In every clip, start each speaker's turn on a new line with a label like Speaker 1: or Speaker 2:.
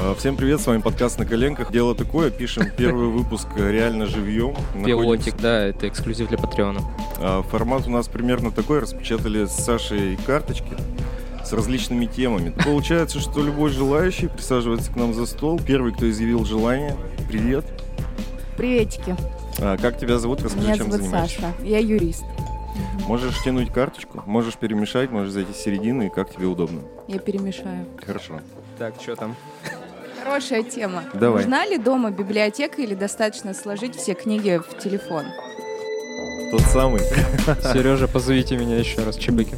Speaker 1: А, Всем привет, с вами подкаст «На коленках». Дело такое, пишем первый выпуск э, реально живьем.
Speaker 2: Пилотик, да, это эксклюзив для Патреона.
Speaker 1: А, Формат у нас примерно такой, распечатали с Сашей карточки с различными темами. Получается, что любой желающий присаживается к нам за стол. Первый, кто изъявил желание. Привет.
Speaker 3: Приветики.
Speaker 1: А, Как тебя зовут? Расскажи,
Speaker 3: Меня
Speaker 1: чем
Speaker 3: зовут
Speaker 1: занимаешься.
Speaker 3: Саша. Я юрист.
Speaker 1: Можешь тянуть карточку, можешь перемешать, можешь зайти с середины, и как тебе удобно.
Speaker 3: Я перемешаю.
Speaker 1: Хорошо.
Speaker 2: Так, что там?
Speaker 3: Хорошая тема.
Speaker 1: Давай.
Speaker 3: Нужна ли дома библиотека или достаточно сложить все книги в телефон?
Speaker 1: Тот самый.
Speaker 2: Сережа, позовите меня еще раз, Чебыки.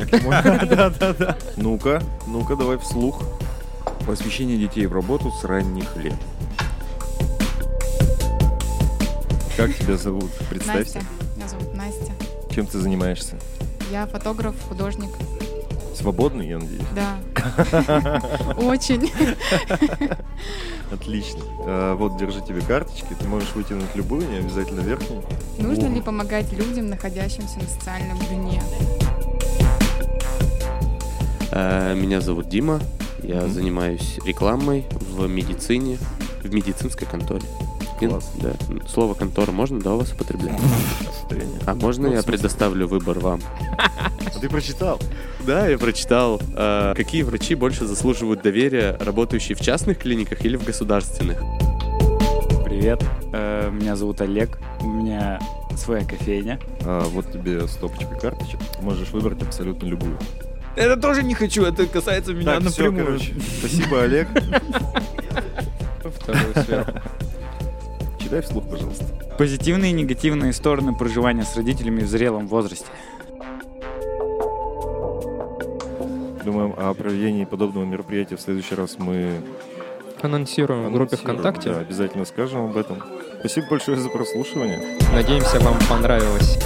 Speaker 1: Ну-ка, ну-ка, давай вслух.
Speaker 4: Посвящение детей в работу с ранних лет.
Speaker 1: Как тебя зовут? Представься.
Speaker 5: Настя. Меня зовут Настя.
Speaker 1: Чем ты занимаешься?
Speaker 5: Я фотограф, художник.
Speaker 1: Свободный, я надеюсь.
Speaker 5: Да. Очень.
Speaker 1: Отлично. А, вот, держи тебе карточки. Ты можешь вытянуть любую, не обязательно верхнюю.
Speaker 5: Нужно
Speaker 1: О.
Speaker 5: ли помогать людям, находящимся на социальном дне?
Speaker 6: А, Меня зовут Дима, я
Speaker 1: Мгм.
Speaker 6: занимаюсь рекламой в медицине, в медицинской конторе. И-
Speaker 1: Класс.
Speaker 6: Да. Слово контора можно, да, у вас употреблять?
Speaker 1: Состояние.
Speaker 6: А можно
Speaker 1: Ну, в
Speaker 6: я
Speaker 1: смысле?
Speaker 6: предоставлю выбор вам?
Speaker 1: А ты прочитал?
Speaker 6: Да, я прочитал. э, Какие врачи больше заслуживают доверия, работающие в частных клиниках или в государственных?
Speaker 7: Привет, э, меня зовут Олег, у меня своя кофейня.
Speaker 1: А, вот тебе стопочка карточек. Можешь выбрать абсолютно любую.
Speaker 7: Это тоже не хочу, это касается меня
Speaker 1: Так, всё, короче. Спасибо, Олег. Читай вслух, пожалуйста.
Speaker 7: Позитивные и негативные стороны проживания с родителями в зрелом возрасте.
Speaker 1: Думаем а о проведении подобного мероприятия в следующий раз мы
Speaker 2: Анонсируем в группе
Speaker 1: анонсируем.
Speaker 2: ВКонтакте.
Speaker 1: Да, обязательно скажем об этом. Спасибо большое за прослушивание.
Speaker 2: Надеемся, вам понравилось.